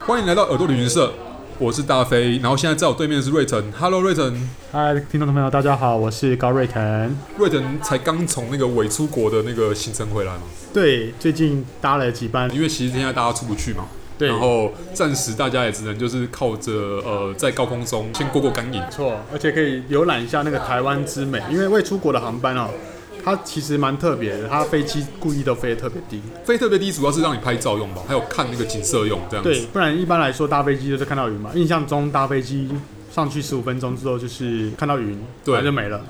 欢迎来到耳朵旅行社，我是大飞，然后现在在我对面的是瑞腾，Hello 瑞腾，嗨，听众朋友，大家好，我是高瑞腾。瑞腾才刚从那个伪出国的那个行程回来嘛，对，最近搭了几班，因为其实现在大家出不去嘛，对然后暂时大家也只能就是靠着呃在高空中先过过干瘾，没错，而且可以浏览一下那个台湾之美，因为未出国的航班哦，它其实蛮特别的，它飞机故意都飞得特别低，飞特别低主要是让你拍照用吧，还有看那个景色用这样对子，，不然一般来说搭飞机就是看到云嘛，印象中搭飞机上去十五分钟之后就是看到云，对然后就没了。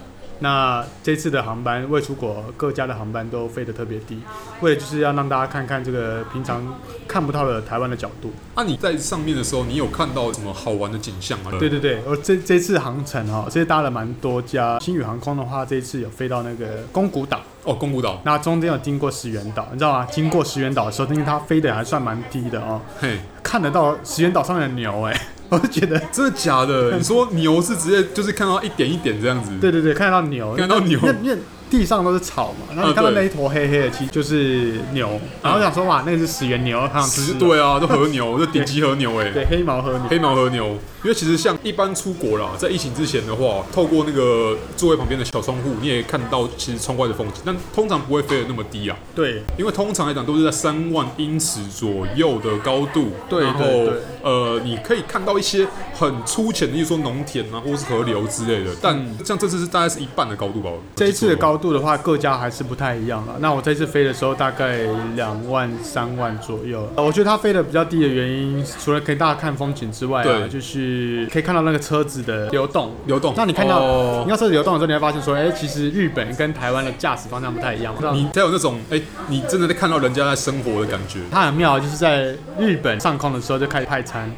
那这次的航班未出国，各家的航班都飞得特别低，为了就是要让大家看看这个平常看不到的台湾的角度。那、啊你在上面的时候，你有看到什么好玩的景象啊？对对对，我这这次航程哈、哦，其实搭了蛮多家。星宇航空的话，这一次有飞到那个宫古岛，哦，宫古岛，那中间有经过石垣岛，你知道吗？经过石垣岛的时候，因为它飞得还算蛮低的哦，嘿，看得到石垣岛上面的牛哎、 我就觉得，真的假的？你 说牛是直接就是看到一点一点这样子，对对对，看得到牛，看到牛因为因为地上都是草嘛，然后你啊看到对那一坨黑黑的，其实就是牛，然后想说哇，那个是石原牛，好想吃十哦，对啊，这和牛，这顶级和牛哎、对，黑毛和牛，黑毛和牛，因为其实像一般出国啦，在疫情之前的话，透过那个座位旁边的小窗户，你也看到其实窗外的风景，但通常不会飞得那么低啊，对因为通常来讲都是在三万英尺左右的高度，对然后对对呃，你可以看到一些很粗浅的，例如说农田啊，或是河流之类的，但像这次是大概是一半的高度吧，嗯这一次的我高度的话，各家还是不太一样了。那我这次飞的时候大概两万三万左右。呃我觉得它飞的比较低的原因，除了可以大家看风景之外啊对，就是可以看到那个车子的流动。流动，那你看到、哦你看车子流动的时候，你会发现说，哎、其实日本跟台湾的驾驶方向不太一样。你才有那种哎、你真的在看到人家在生活的感觉。它很妙，就是在日本上空的时候就开始派餐。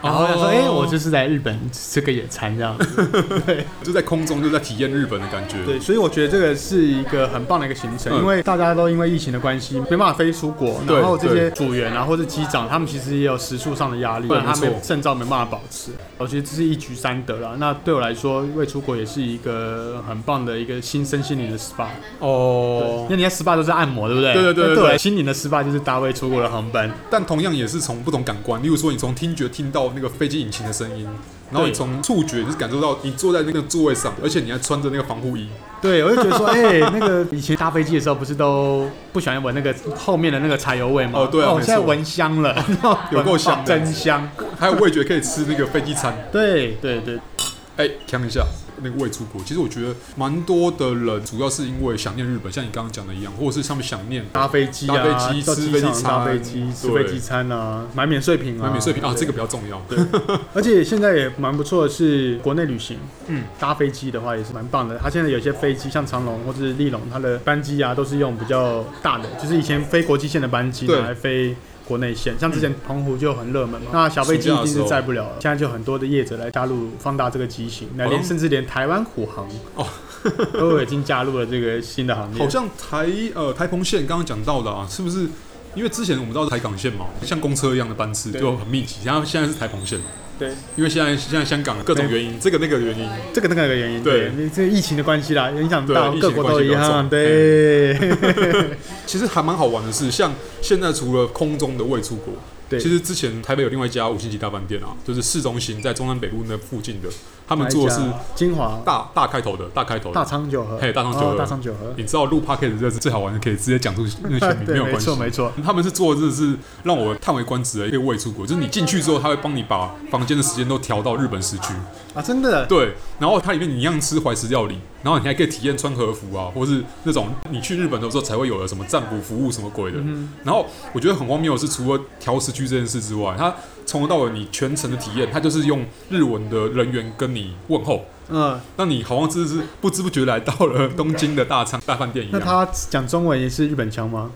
然后他说：“哦哎、我就是在日本吃个野餐这样子。就在空中就在体验日本的感觉。”对，所以我觉得这个是一个很棒的一个行程，嗯因为大家都因为疫情的关系没办法飞出国，对然后这些组员啊或者机长，他们其实也有时速上的压力，不对然他没们错证照没办法保持。我觉得这是一举三得啦。那对我来说，为出国也是一个很棒的一个新身心灵的 SPA。哦那你在 SPA 都是按摩，对不对？对对对那对对我来对心灵的 SPA 就是大卫出国的航班。但同样也是从不同感官，例如说你从听觉听到那个飞机引擎的声音，然后你从触觉就是感受到你坐在那个座位上，而且你还穿着那个防护衣。对，我就觉得说， 哎、那个以前搭飞机的时候，不是都不喜欢闻那个后面的那个柴油味吗？哦对啊没我错现在闻香了， 有够香的真香。还有味觉可以吃那个飞机餐，对对对，哎、看一下那个未出国。其实我觉得蛮多的人，主要是因为想念日本，像你刚刚讲的一样，或者是他们想念搭飞机啊，搭飞机到吃机飞机场餐搭飞机吃对飞机餐啊，买免税品啊，买免税品啊，对这个比较重要。而且现在也蛮不错的是，国内旅行，嗯嗯，搭飞机的话也是蛮棒的。它现在有些飞机，像长龙或者是立龙，它的班机啊都是用比较大的，就是以前飞国际线的班机对嗯拿来飞。国内线，像之前澎湖就很热门嘛，那小飞机一暑定假的是时候载不了了。现在就很多的业者来加入放大这个机型，那哦连甚至连台湾虎航哦哦， 都已经加入了这个新的行业好。像台呃台澎线刚刚讲到的啊，是不是？因为之前我们知道台港线嘛，像公车一样的班次对就很密集，然后现在是台澎线嘛，对，因为现在现在香港各种原因，这个那个原因，这个那个的原因，对对，因为这个疫情的关系啦，影响到对疫各情的国关都系一比较样，重对，其实还蛮好玩的是，像现在除了空中的未出国，对其实之前台北有另外一家五星级大饭店啊，就是市中心在中山北路那附近的，他们 做的 是哪一家金华大大开头的大开头大的。昌九和，嘿大昌九和哦大昌九和，你知道录 p o d c a s 是最好玩的，可以直接讲出那 些没有没关系错。没错，他们是做的真的是让我叹为观止的一个未出国，就是你进去之后，他会帮你把房间的时间都调到日本时区。啊，真的，对，然后它里面你一样吃怀石料理，然后你还可以体验穿和服啊，或是那种你去日本的时候才会有的什么占卜服务什么嗯鬼的。然后我觉得很荒谬的是，除了调时区这件事之外，它从头到尾你全程的体验，它就是用日文的人员跟你问候，嗯，让你好像真的是不知不觉来到了东京的大仓大饭店一那样。他讲中文也是日本腔吗？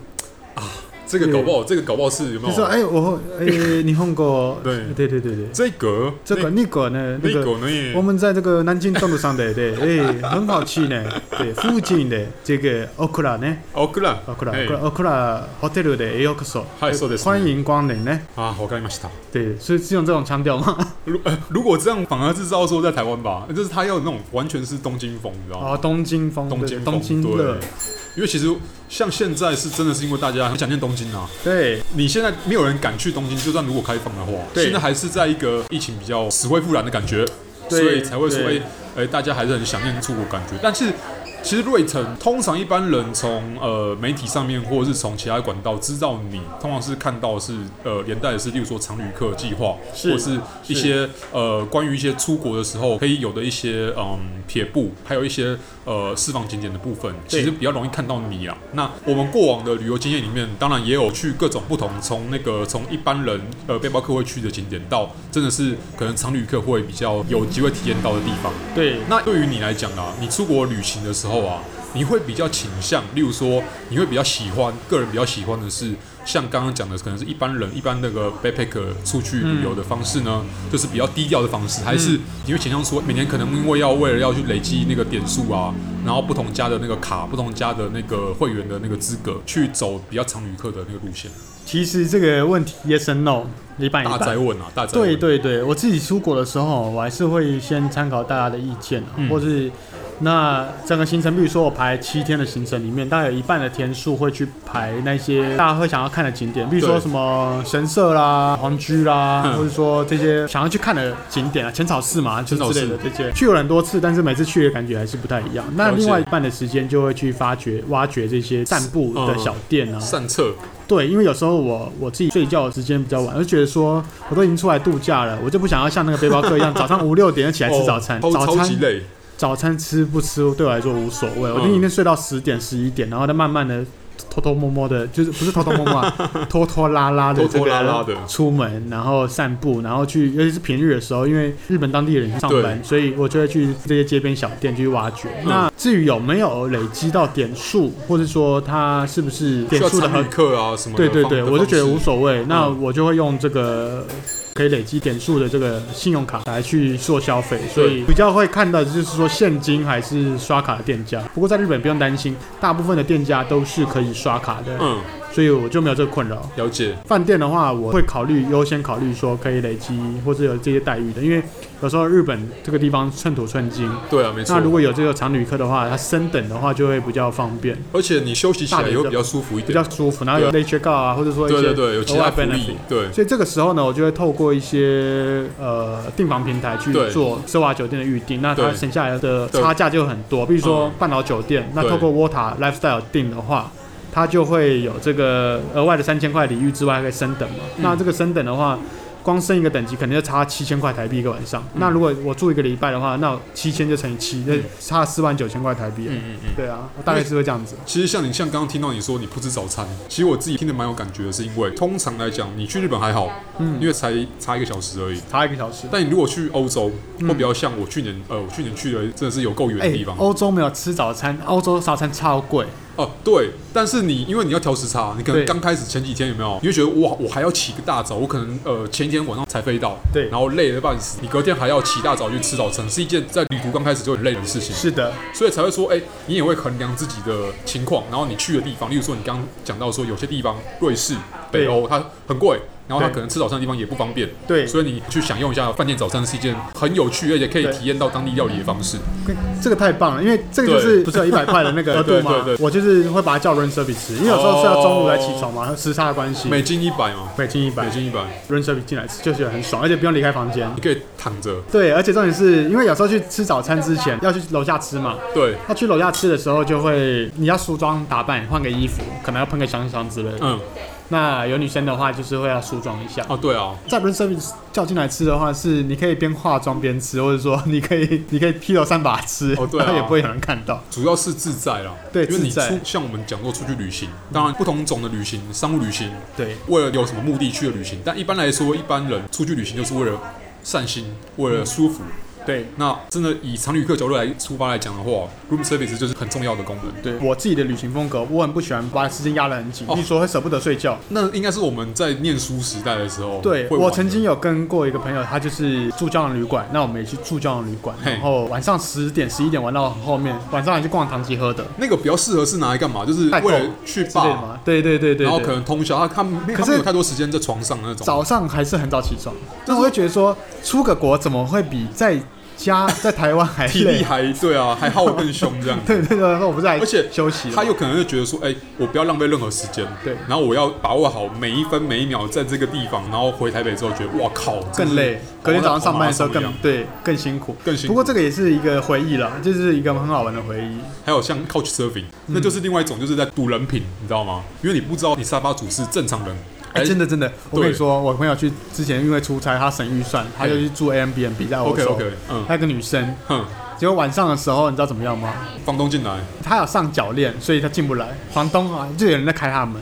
这个搞不好，这个搞不好是有没就说有？，哎，我哎，你混过对对对对对，这个这个那个呢，那那那个个呢也我们在这个南京东路上 的，对，哎，很好吃呢，对，附近的这个 okura 呢哦，くら哎，okura okura hotel 的 e o k s o はいそうですね欢迎光临呢，啊，我干ました。对，所以是用这种腔调吗？ 如呃，如果这样反而是知道说在台湾吧，就是他要那种完全是东京风，你知道吗？哦，东京风，东对京风东京热对，因为其实像现在是真的是因为大家很想念东京啊，对，你现在没有人敢去东京，就算如果开放的话，对现在还是在一个疫情比较死灰复燃的感觉，所对以才会说，哎对哎、大家还是很想念出国感觉。但是其实瑞腾通常一般人从呃媒体上面或者是从其他管道知道你，通常是看到是呃连带的是，例如说常旅客计划，是或是一些呃关于一些出国的时候可以有的一些嗯撇步，还有一些呃私房景点的部分，对其实比较容易看到你啊。那我们过往的旅游经验里面，当然也有去各种不同，从那个从一般人呃背包客会去的景点，到真的是可能常旅客会比较有机会体验到的地方。对，那对于你来讲啊，你出国旅行的时候啊，你会比较倾向，例如说，你会比较喜欢，个人比较喜欢的是，像刚刚讲的，可能是一般人一般那个 backpacker 出去旅游的方式呢，就是比较低调的方嗯式，还是你会倾向说，每年可能因为要为了要去累积那个点数啊，然后不同家的那个卡，不同家的那个会员的那个资格，去走比较常旅客的那个路线？其实这个问题 yes and no，一半大一宅半。问啊，大宅问对对对，我自己出国的时候，我还是会先参考大家的意见啊，嗯或是那整个行程，比如说我排七天的行程里面，大概有一半的天数会去排那些大家会想要看的景点，比如说对什么神社啦、皇居啦，嗯或者说这些想要去看的景点啊，浅草寺嘛，就浅草之寺类的这些，去了很多次，但是每次去的感觉还是不太一样。那了解另外一半的时间就会去发掘、挖掘这些散步的嗯小店啊，善策对，因为有时候我我自己睡觉的时间比较晚，我就觉得说我都已经出来度假了，我就不想要像那个背包客一样，早上五六点就起来吃早餐。哦超早超级餐累，早餐吃不吃对我来说无所谓，我就嗯一天睡到十点十一点，然后再慢慢的偷偷摸摸的，就是不是偷偷摸摸、啊，拖拖拉拉 的拖拖拉拉的出门，然后散步，然后去，尤其是平日的时候，因为日本当地人上班，所以我就会去这些街边小店去挖掘。嗯那至于有没有累积到点数，或者说它是不是点需要数的常合旅客啊什么的对方。对对，的我就觉得方式无所谓，那嗯我就会用这个可以累积点数的这个信用卡来去做消费，所以比较会看到就是说现金还是刷卡的店家。不过在日本不用担心，大部分的店家都是可以刷卡的，嗯，所以我就没有这个困扰。了解。饭店的话，我会考虑优先考虑说可以累积或者有这些待遇的，因为有时候日本这个地方寸土寸金，对啊，没错。那如果有这个常旅客的话，它升等的话就会比较方便。而且你休息起来也会比较舒服一比点较。舒服，然后有 late check out 啊，或者说一对些对对，有其他额福外利 benefit。对，所以这个时候呢，我就会透过一些呃订房平台去对做奢华酒店的预订，那它对省下来的对差价就很多。比如说嗯半岛酒店，那对透过 Water Lifestyle 订的话。它就会有这个额外的三千块礼遇之外，还可以升等嘛？嗯那这个升等的话，光升一个等级肯定就差七千块台币一个晚上。那如果我住一个礼拜的话，那七千就乘以七，那嗯差四万九千块台币。嗯嗯嗯。对啊，我大概是会这样子。其实像你像刚刚听到你说你不吃早餐，其实我自己听得蛮有感觉的，是因为通常来讲，你去日本还好，嗯因为才差一个小时而已。差一个小时。但你如果去欧洲，嗯会比较像我去年，呃，我去年去的真的是有够远哎的地方。欧、洲没有吃早餐，欧洲早餐超贵。哦，对，但是你因为你要调时差，你可对能刚开始前几天有没有，你会觉得哇，我还要起个大早，我可能呃前一天晚上才飞到，对然后累得半死，你隔天还要起大早去吃早餐，是一件在旅途刚开始就很累的事情。是的，所以才会说，哎、你也会衡量自己的情况，然后你去的地方，例如说你刚刚讲到说有些地方，瑞士、北欧它很贵，然后它对可能吃早餐的地方也不方便，对，所以你去享用一下饭店早餐是一件很有趣，而且可以对体验到当地料理的方式。这个太棒了，因为这个就是不是有一百块的那个额度 对嘛，对对我就是会把它叫 room service，因为有时候是要中午来起床嘛，时差的关系，美金一百嘛，每进一百美金一百， room service 进来吃就觉得很爽，而且不用离开房间。你可以躺着，对，而且重点是因为有时候去吃早餐之前要去楼下吃嘛，对，那去楼下吃的时候就会你要梳妆打扮，换个衣服，可能要喷个香香之类的。嗯，那有女生的话就是会要梳妆一下。哦，对啊，在 room service 叫进来吃的话，是你可以边化妆边吃，或者说你可以你可以披头散发吃，哦对啊然后也不会有人看到。主要是自在啦，对因为你自在出像我们讲过出去旅行，当然不同种的旅行，商务旅行，对，为了有什么目的去的旅行，但一般来说，一般人出去旅行就是为了散心，为了舒服。对那真的以常旅客角度来出发来讲的话，room service 就是很重要的功能。对，我自己的旅行风格，我很不喜欢把时间压得很紧，哦比如说会舍不得睡觉。那应该是我们在念书时代的时候，对会玩的我曾经有跟过一个朋友，他就是住胶囊旅馆，那我们也去住胶囊旅馆，嘿然后晚上十点十一点玩到后面，晚上还去逛唐吉诃德那个比较适合是拿来干嘛？就是代购为了去之类的吧，嘛。对对对对对。然后可能通宵，他他没可他是没有太多时间在床上那种。早上还是很早起床，那我会觉得说出个国怎么会比在加 在台湾还体力累，还对啊，还耗得更凶这样。 对对对，那我不是还而且休息了他有可能就觉得说，哎、我不要浪费任何时间，对然后我要把握好每一分每一秒在这个地方，然后回台北之后觉得，哇靠，真更是累，隔天早上上班的时候好像跑马拉松更一样对更辛苦。更辛苦。不过这个也是一个回忆啦，这是一个很好玩的回忆。还有像 couch surfing，、那嗯就是另外一种，就是在赌人品，你知道吗？因为你不知道你沙发主是正常人，哎、真的真的，我跟对你说，我朋友去之前因为出差，他省预算，他就去住 a m b n b 在欧 OK 洲。 OK，嗯，他有个女生，哼，结果晚上的时候，你知道怎么样吗？房东进来，她有上脚链，所以她进不来。房东啊，就有人在开他门，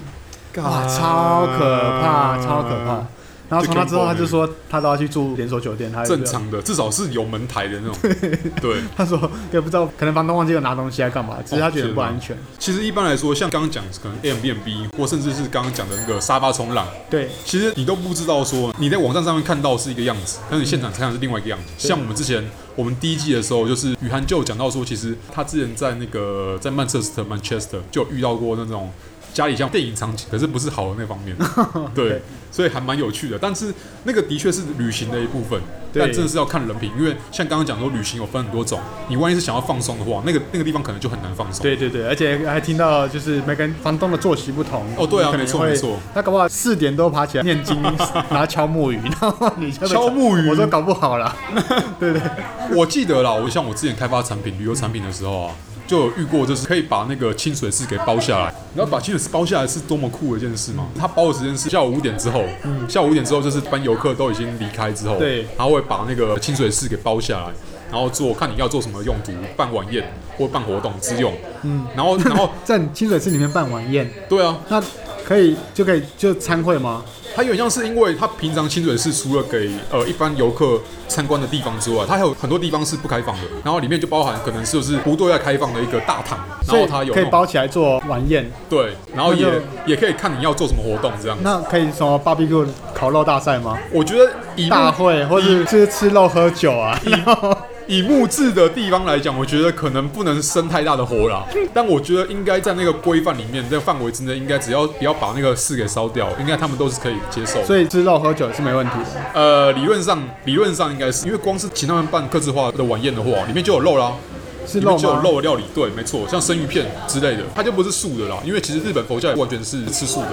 哇，啊超可怕，超可怕。然后从那之后，他就说他都要去住连锁酒店，他也不要正。常的，至少是有门牌的 那种。对，他说也不知道，可能房东忘记了拿东西来干嘛，只是他觉得哦不安全。其实一般来说，像刚刚讲可能 a m b n b 或甚至是刚刚讲的那个沙发冲浪，对，其实你都不知道说你在网站上面看到是一个样子，但是你现场看到是另外一个样子。像我们之前我们第一季的时候，就是雨涵就有讲到说，其实他之前在那个在曼彻斯特 Manchester 就有遇到过那种家里像电影场景，可是不是好的那方面，对，所以还蛮有趣的。但是那个的确是旅行的一部分。对但真的是要看人品，因为像刚刚讲说，旅行有分很多种。你万一是想要放松的话，那个那个地方可能就很难放松。对对对，而且还听到就是每个人房东的作息不同。哦对啊可没能错会没错。他搞不好四点多爬起来念经，拿敲木鱼，然后你就被敲木鱼我说搞不好啦。对对，我记得啦，我像我之前开发产品、旅游产品的时候啊，就有遇过，就是可以把那个清水寺给包下来。然后把清水寺包下来是多么酷的一件事嘛！他包的时间是下午五点之后，下午五点之后就是一般游客都已经离开之后，对他会把那个清水寺给包下来，然后做看你要做什么用途，办晚宴或办活动之用。嗯，然后然后在清水寺里面办晚宴，对啊，那可以就可以就参会吗？它有点像是因为它平常清水寺除了给呃一般游客参观的地方之外，它还有很多地方是不开放的，然后里面就包含可能就是不对外开放的一个大堂，然所以后它有可以那种包起来做晚宴，对，然后那就也也可以看你要做什么活动这样。那可以什么 barbecue 烤肉大赛吗？我觉得以目大会或者是吃肉喝酒啊？嗯然后以木质的地方来讲，我觉得可能不能生太大的火啦，嗯但我觉得应该在那个规范里面，在范围之内，应该只要不要把那个事给烧掉，应该他们都是可以接受的。所以吃肉喝酒是没问题的。呃，理论上理论上应该是因为光是请他们办客制化的晚宴的话，里面就有肉啦。是里面肉就有吗？肉的料理，对，没错，像生鱼片之类的，它就不是素的啦，因为其实日本佛教也完全是吃素的。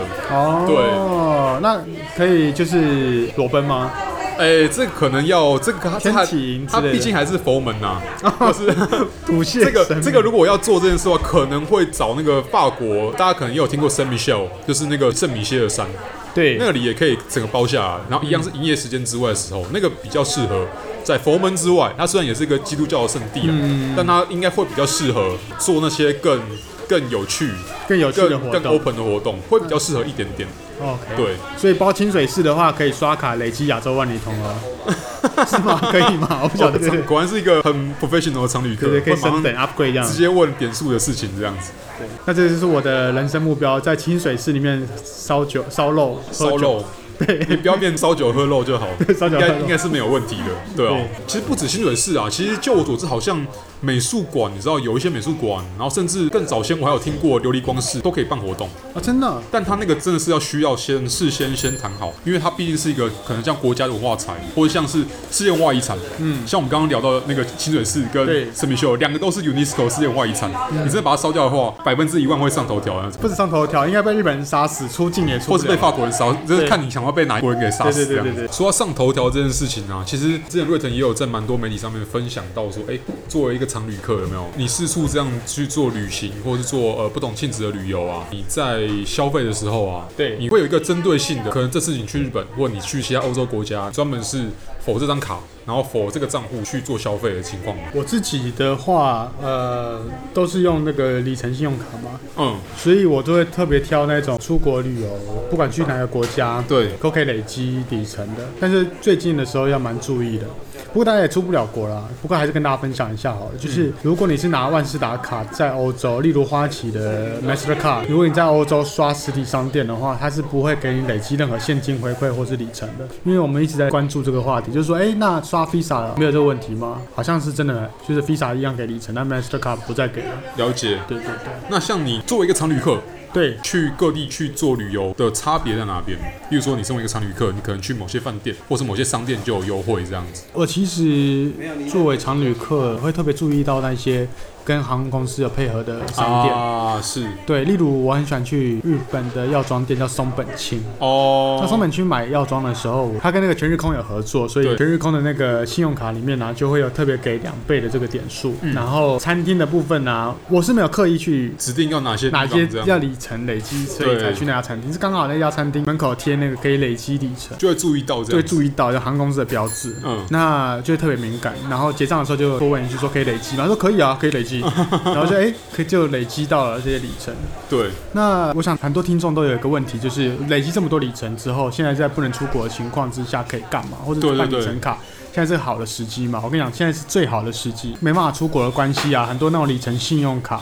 哦，那可以就是裸奔吗？哎、这个可能要这个它天它启营之它类的毕竟还是佛门 呐、啊，就是 赌蟹这个神明这个如果要做这件事的话，可能会找那个法国，大家可能也有听过 Saint Michel，就是那个圣米歇尔山，对，那里也可以整个包下来，然后一样是营业时间之外的时候，那个比较适合在佛门之外。它虽然也是一个基督教的圣地啊，嗯但它应该会比较适合做那些更更有趣、更有趣的更活更动。嗯 open 的活动，会比较适合一点点。 OK，，对，所以包清水寺的话，可以刷卡累积亚洲万里同额， 是吗？可以吗？我不晓得，对对哦果然是一个很 professional 的常旅客，对，可以会马上升等 upgrade 这样直。接问点数的事情这样子。那这就是我的人生目标，在清水寺里面烧酒、烧肉、烧喝酒。肉， 你不要变烧酒喝肉就 好，烧酒应喝肉该应该是没有问题的，对啊对。其实不止清水寺啊，其实就我所知，好像美术馆，你知道有一些美术馆，然后甚至更早先我还有听过琉璃光室都可以办活动，啊，真的但它那个真的是要需要先事先先谈好，因为它毕竟是一个可能像国家的文化财，或者像是世界文化遗产。嗯，像我们刚刚聊到的那个清水寺对跟圣米秀，两个都是 UNESCO 世界文化遗产，你真的把它烧掉的话，百分之一万会上头条啊。不止上头条，应该被日本人杀死，出境也出不或了。是被法国人杀， 就是对看你想要被哪一国人给杀死这对对对样对对子。说到上头条这件事情啊，其实之前瑞腾也有在蛮多媒体上面分享到说，哎、作为一个常旅客，有没有你四处这样去做旅行，或是做呃不同性质的旅游啊？你在消费的时候啊，对你会有一个针对性的，可能这次你去日本，或你去其他欧洲国家，专门是否这张卡，然后否这个账户去做消费的情况吗？我自己的话，呃，都是用那个里程信用卡嘛，嗯，所以我都会特别挑那种出国旅游，不管去哪个国家，对，都可以累积里程的。但是最近的时候要蛮注意的。不过大家也出不了国啦，不过还是跟大家分享一下好了。就是如果你是拿万事达卡在欧洲，例如花旗的 Mastercard，如果你在欧洲刷实体商店的话，它是不会给你累积任何现金回馈或是里程的。因为我们一直在关注这个话题，就是说，哎，那刷 Visa 没有这个问题吗？好像是真的，就是 Visa 一样给里程，但 Mastercard 不再给了。了解。对对对。那像你作为一个常旅客，对，去各地去做旅游的差别在哪边？比如说，你身为一个常旅客，你可能去某些饭店或是某些商店就有优惠这样子。我其实作为常旅客，会特别注意到那些跟航空公司有配合的商店。啊，是对，例如我很喜欢去日本的药妆店，叫松本清。哦，那松本清买药妆的时候，他跟那个全日空有合作，所以对全日空的那个信用卡里面呢、就会有特别给两倍的这个点数。嗯然后餐厅的部分呢、我是没有刻意去指定要哪些地哪方些这样，要里程累积，所以对才去那家餐厅。是刚好那家餐厅门口贴那个可以累积里程，就会注意到这就会样子。注意到有航空公司的标志。嗯，那就会特别敏感，然后结账的时候就多问一句说可以累积吗？他说可以啊，可以累 积，然后就哎、可以就累积到了这些里程。对，那我想很多听众都有一个问题，就是累积这么多里程之后，现在在不能出国的情况之下可以干嘛，或对者对办对里程卡？现在是个好的时机嘛？我跟你讲，现在是最好的时机，没办法出国的关系啊，很多那种里程信用卡，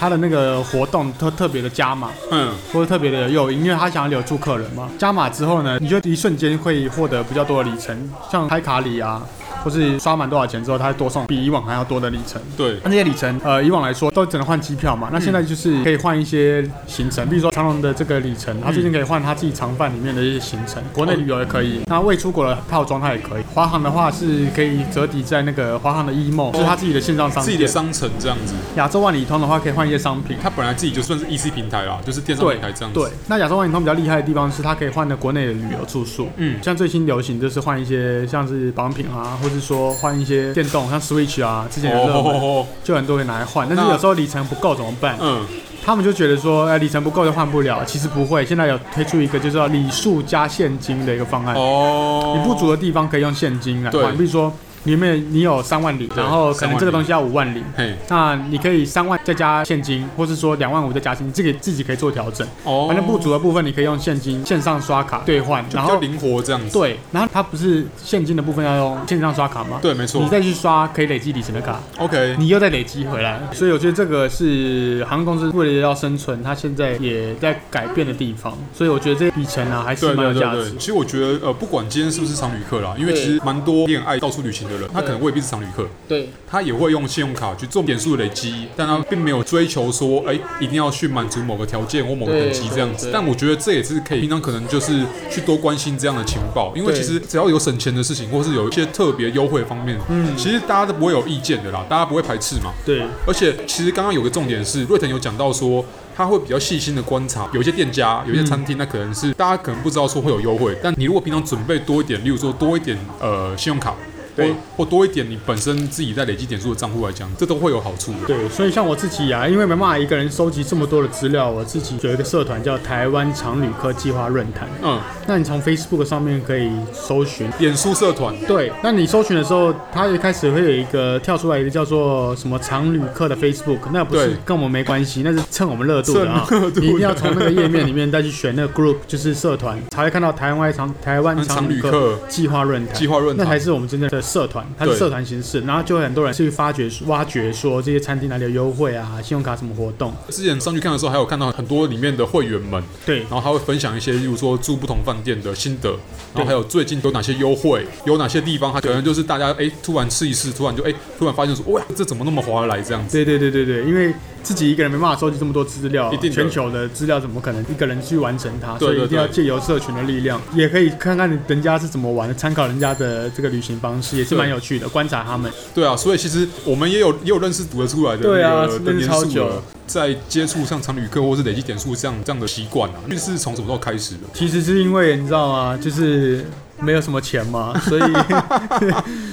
它的那个活动都特别的加码，嗯，或者特别的诱因，因为他想要留住客人嘛。加码之后呢，你就一瞬间会获得比较多的里程，像开卡礼啊，或是刷满多少钱之后，他会多送比以往还要多的里程。对，那这些里程，呃，以往来说都只能换机票嘛，那现在就是可以换一些行程，比如说长隆的这个里嗯程，他最近可以换他自己常饭里面的一些行程，国内旅游也可以，那未出国的套装它也可以。华航的话是可以折抵在那个华航的 emo，就是他自己的线上商自己的店。商城这样子，亚洲万里通的话可以换一些商品。它本来自己就算是 EC 平台啦，就是电商对平台这样子。对，那亚洲万里通比较厉害的地方是它可以换的国内的旅游住宿，嗯，像最新流行就是换一些像是保养品啊，或是说换一些电动，像 Switch 啊，之前有热门哦，就很多人拿来换，但是那有时候里程不够怎么办？嗯，他们就觉得说，哎，里程不够就换不了。其实不会，现在有推出一个就是要礼数加现金的一个方案，哦，你不足的地方可以用现金来换，对比如说里面你有三万里，对然后可能这个东西要五万里。嘿，那你可以三万再加现金，或是说两万五再加现金，这个自己可以做调整。哦，反正不足的部分，你可以用现金线上刷卡兑换，就然比较后灵活这样子。对，然后它不是现金的部分要用线上刷卡吗？对，没错你。再去刷可以累积里程的卡， OK，你又再累积回来，所以我觉得这个是航空公司为了要生存，它现在也在改变的地方，所以我觉得这里程啊还是对蛮对有对价对值，。其实我觉得呃，不管今天是不是常旅客啦，因为其实蛮多恋爱到处旅行的人，他可能未必是常旅客，对他也会用信用卡去做点数的累积，但他并没有追求说，哎、一定要去满足某个条件或某个等级这样子。但我觉得这也是可以，平常可能就是去多关心这样的情报，因为对其实只要有省钱的事情，或是有一些特别优惠方面，嗯，其实大家都不会有意见的啦，大家不会排斥嘛。对而且其实刚刚有个重点是，瑞腾有讲到说。他会比较细心的观察，有一些店家、有一些餐厅，那可能是大家可能不知道说会有优惠，但你如果平常准备多一点，例如说多一点呃信用卡，或对或多一点你本身自己在累积点数的账户来讲，这都会有好处的。对，所以像我自己啊，因为没办法一个人收集这么多的资料，我自己有一个社团叫台湾常旅客计划论坛，嗯，那你从 Facebook 上面可以搜寻。脸书社团，对，那你搜寻的时候，它一开始会有一个跳出来一个叫做什么常旅客的 Facebook，那不是对跟我们没关系，那是蹭我们 热度的啊。蹭热度的你一定要从那个页面里面再去选那个 group，就是社团，才会看到台湾常台湾常常旅旅客客计划论坛计。划论那坛，才是我们真正的社团，它是对社团形式，然后就会很多人去发掘、挖掘说这些餐厅哪里有优惠啊、信用卡什么活动，之前上去看的时候，还有看到很多里面的会员们，对，然后他会分享一些，例如说住不同饭店的心得，然对后还有最近有哪些优惠，有哪些地方，他可能就是大家哎突然试一试，突然就哎突然发现说，哇，这怎么那么划得来这样子？对对对对对，因为自己一个人没办法收集这么多资料，一定的全球的资料怎么可能一个人去完成它？对所以一对对定要借由社群的力量，也可以看看人家是怎么玩的，参考人家的这个旅行方式，也是对蛮有趣的，观察他们。对啊，所以其实我们也有也有认识读得出来的对啊那个的认识年超数久了，在接触像常旅客或是累积点数这样这样的习惯啊，就是从什么时候开始的？其实是因为你知道吗？就是没有什么钱 嘛，所以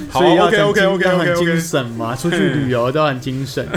好所以要很 OK，OK，OK，OK，OK 要很精神嘛，出去旅 游都要很精神。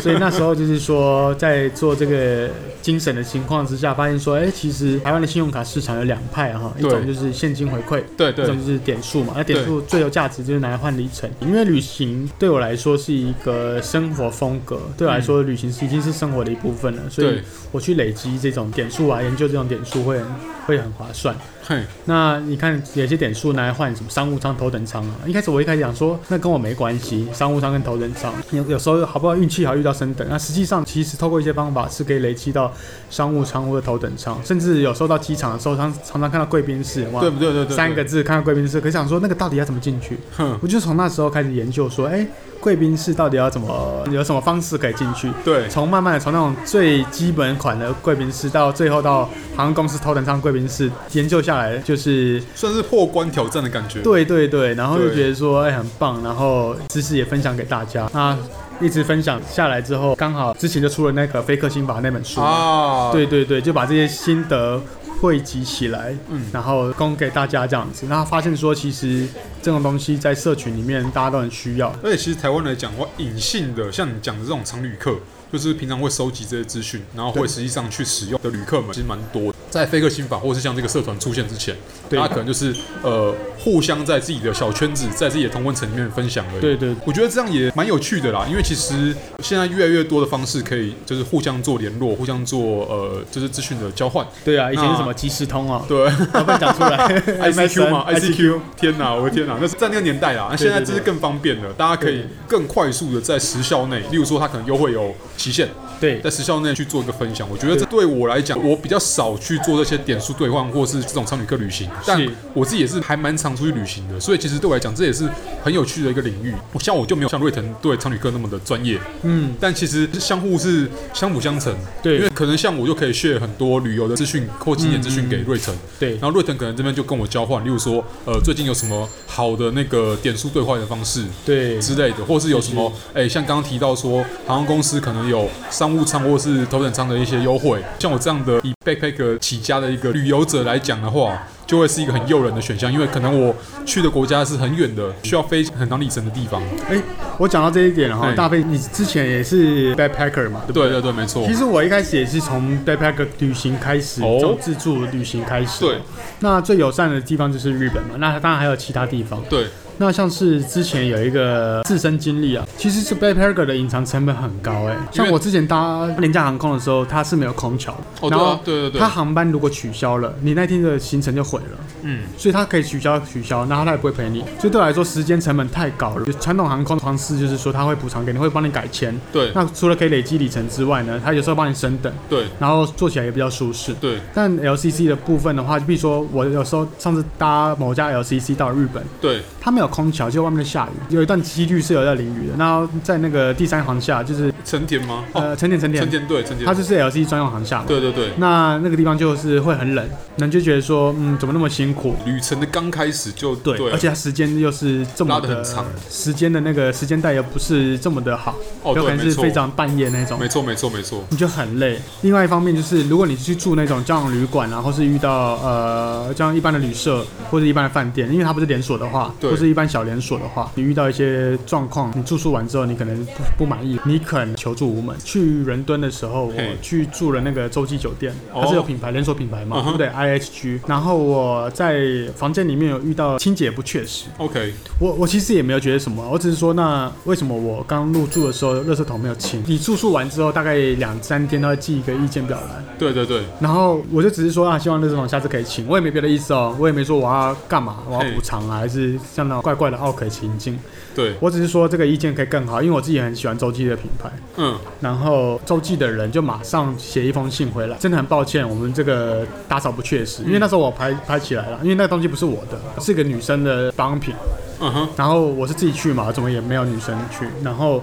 所以那时候就是说，在做这个精神的情况之下，发现说，哎、其实台湾的信用卡市场有两派哈，一对种就是现金回馈。对一对种就是点数嘛，那点对数最有价值就是拿来换里程，因为旅行对我来说是一个生活风格，对我来说旅行是已经是生活的一部分了，所以对，我去累积这种点数啊，研究这种点数会很会很划算。嘿，那你看有些点数拿来换什么商务舱、头等舱啊，一开始我一开始讲说，那跟我没关系，商务舱跟头等舱，有有时候好不好运气好遇到升等，那实际上其实透过一些方法是可以累积到商务舱或者头等舱，甚至有时候到机场的时候，常常常看到贵宾室，哇对，不对？对对对，三个字看到贵宾室，可是想说那个到底要怎么进去？哼，我就从那时候开始研究说，哎、贵宾室到底要怎么，有什么方式可以进去？对，从慢慢的从那种最基本款的贵宾室，到最后到航空公司头等舱贵宾室，研究下来就是算是破关挑战的感觉。对对对，然后就对觉得说哎、很棒，然后知识也分享给大家。那一直分享下来之后，刚好之前就出了那个《非克星法》那本书，啊，对对对，就把这些心得汇集起来，嗯然后供给大家这样子。然后发现说，其实这种东西在社群里面大家都很需要。而且其实台湾来讲的话，隐性的像你讲的这种常旅客，就是平常会收集这些资讯，然后会对实际上去使用的旅客们，其实蛮多的。在飞客心法或是像这个社团出现之前，对大家可能就是呃互相在自己的小圈子，在自己的同温层里面分享而已。对对我觉得这样也蛮有趣的啦，因为其实现在越来越多的方式可以就是互相做联络，互相做呃就是资讯的交换。对啊，以前是什么那即时通哦，对老板讲出 来，ICQ 嘛 MSN ，ICQ，天哪，我的天哪，那是在那个年代啦，那现在对这是更方便了，大家可以对更快速的在时效内，例如说它可能优惠有期限，对在时效内去做一个分享。我觉得这对我来讲，我比较少去做这些点数兑换或是这种商旅客旅行，但我自己也是还蛮常出去旅行的，所以其实对我来讲，这也是很有趣的一个领域。我像我就没有像瑞腾对商旅客那么的专业，嗯，但其实相互是相辅相成，因为对可能像我就可以 share 很多旅游的资讯或景点资讯给瑞腾。对然后瑞腾可能这边就跟我交换，例如说，呃，最近有什么好的那个点数兑换的方式对之类的，或是有什么，哎、像刚刚提到说，航空公司可能有商务舱或是头等舱的一些优惠，像我这样的以 backpacker 起家的一个旅游者来讲的话。就会是一个很诱人的选项，因为可能我去的国家是很远的，需要飞很长里程的地方。哎，我讲到这一点哈，哎大飞，你之前也是 backpacker 嘛，对不对？对对对，没错。其实我一开始也是从 backpack 旅行开始，哦从自助旅行开始。对，那最友善的地方就是日本嘛，那当然还有其他地方。对，那像是之前有一个自身经历啊，其实是 backpacker 的隐藏成本很高哎、像我之前搭廉价航空的时候，它是没有空桥的，哦，对然后啊，对对对它，航班如果取消了，你那天的行程就毁了。嗯，所以它可以取消取消，那它也不会赔你。所以对我来说，时间成本太高了。传统航空的方式就是说，它会补偿给你，会帮你改签。对那除了可以累积里程之外呢，它有时候帮你升等，对然后做起来也比较舒适。对但 LCC 的部分的话，就比如说我有时候上次搭某家 LCC 到日本，对，它没有空调，就外面在下雨，有一段几率是有在淋雨的。然后在那个第三航厦，就是成田吗？哦，呃成田成成田，田对成田，它就是 LCC 专用航厦嘛。对对对，那那个地方就是会很冷，那你就觉得说，嗯，怎么那么辛苦？旅程的刚开始就啊对，而且它时间又是这么拉得很长时间的那个时间带又不是这么的好，哦有可对，能没是错非，常半夜那种没，错没错没错，你就很累。另外一方面就是，如果你去住那种胶囊旅馆啊，或是遇到呃这样一般的旅社或者一般的饭店，因为它不是连锁的话，对或是一般小连锁的话，你遇到一些状况，你住宿完之后你可能不不满意，你可能求助无门。去伦敦的时候，我嘿去住了那个洲际酒店，哦它是有品牌连锁品牌嘛，嗯哼对不对？IHG。然后我在房间里面有遇到清洁不确实， ，OK，我我其实也没有觉得什么，我只是说，那为什么我刚入住的时候，垃圾桶没有清？你住宿完之后，大概两三天，他会寄一个意见表来，对对对然后我就只是说啊，希望垃圾桶下次可以清，我也没别的意思哦，我也没说我要干嘛，我要补偿啊，还是像那种怪怪的奥可情境，对，我只是说这个意见可以更好，因为我自己也很喜欢洲际的品牌，嗯，然后洲际的人就马上写一封信回来，真的很抱歉，我们这个打扫不确实，因为那时候我拍拍起来了，因为那个东西不是我的，是个女生的保养品。嗯哼，然后我是自己去嘛，怎么也没有女生去，然后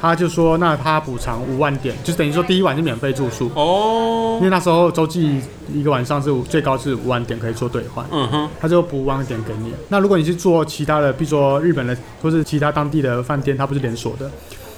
他就说那他补偿五万点，就是等于说第一晚是免费住宿，因哦，为那时候洲际一个晚上是五最高是五万点可以做兑换。嗯哼，他就补五万点给你。那如果你是做其他的，比如说日本的或是其他当地的饭店，它不是连锁的，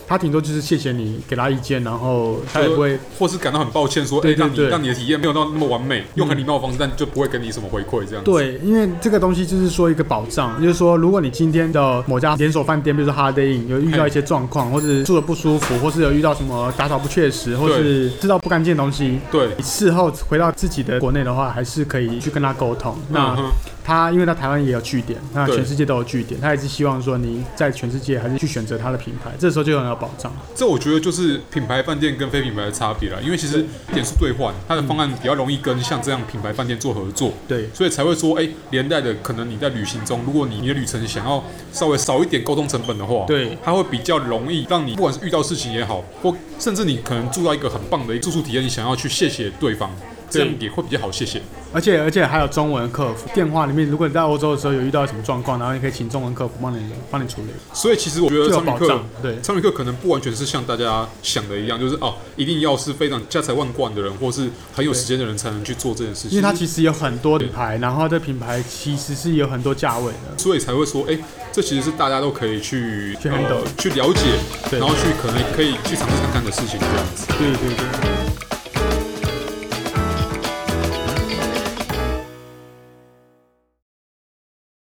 他顶多就是谢谢你给他意见，然后他也不会或是感到很抱歉说，哎，对对让你对嗯让你的体验没有到那么完美，用很礼貌的方式，但就不会给你什么回馈这样子，对，因为这个东西就是说一个保障，就是说，如果你今天的呃某家连锁饭店，比如说 Holiday Inn，有遇到一些状况，或者住的不舒服，或是有遇到什么打扫不确实，或是吃到不干净的东西，对，你事后回到自己的国内的话，还是可以去跟他沟通。嗯那哼，它因为它台湾也有据点，那对全世界都有据点，它也是希望说您在全世界还是去选择它的品牌，这时候就很有保障。这我觉得就是品牌饭店跟非品牌的差别了，因为其实点数兑换，它的方案比较容易跟像这样品牌饭店做合作，对，所以才会说，哎、连带的可能你在旅行中，如果你你的旅程想要稍微少一点沟通成本的话，对它会比较容易让你不管是遇到事情也好，或甚至你可能住到一个很棒的住宿体验，你想要去谢谢对方，这样也会比较好谢谢。而且而且还有中文客服电话里面，如果你在欧洲的时候有遇到什么状况，然后你可以请中文客服帮你帮你处理，所以其实我觉得就有上旅保客障。对，上旅客可能不完全是像大家想的一样，就是哦，一定要是非常家财万贯的人，或是很有时间的人才能去做这件事情。因为它其实有很多品牌，然后这品牌其实是有很多价位的。所以才会说，哎、这其实是大家都可以去去呃 handle 去了解，对然后去可能可以去尝试看看的事情，这样子。对对对。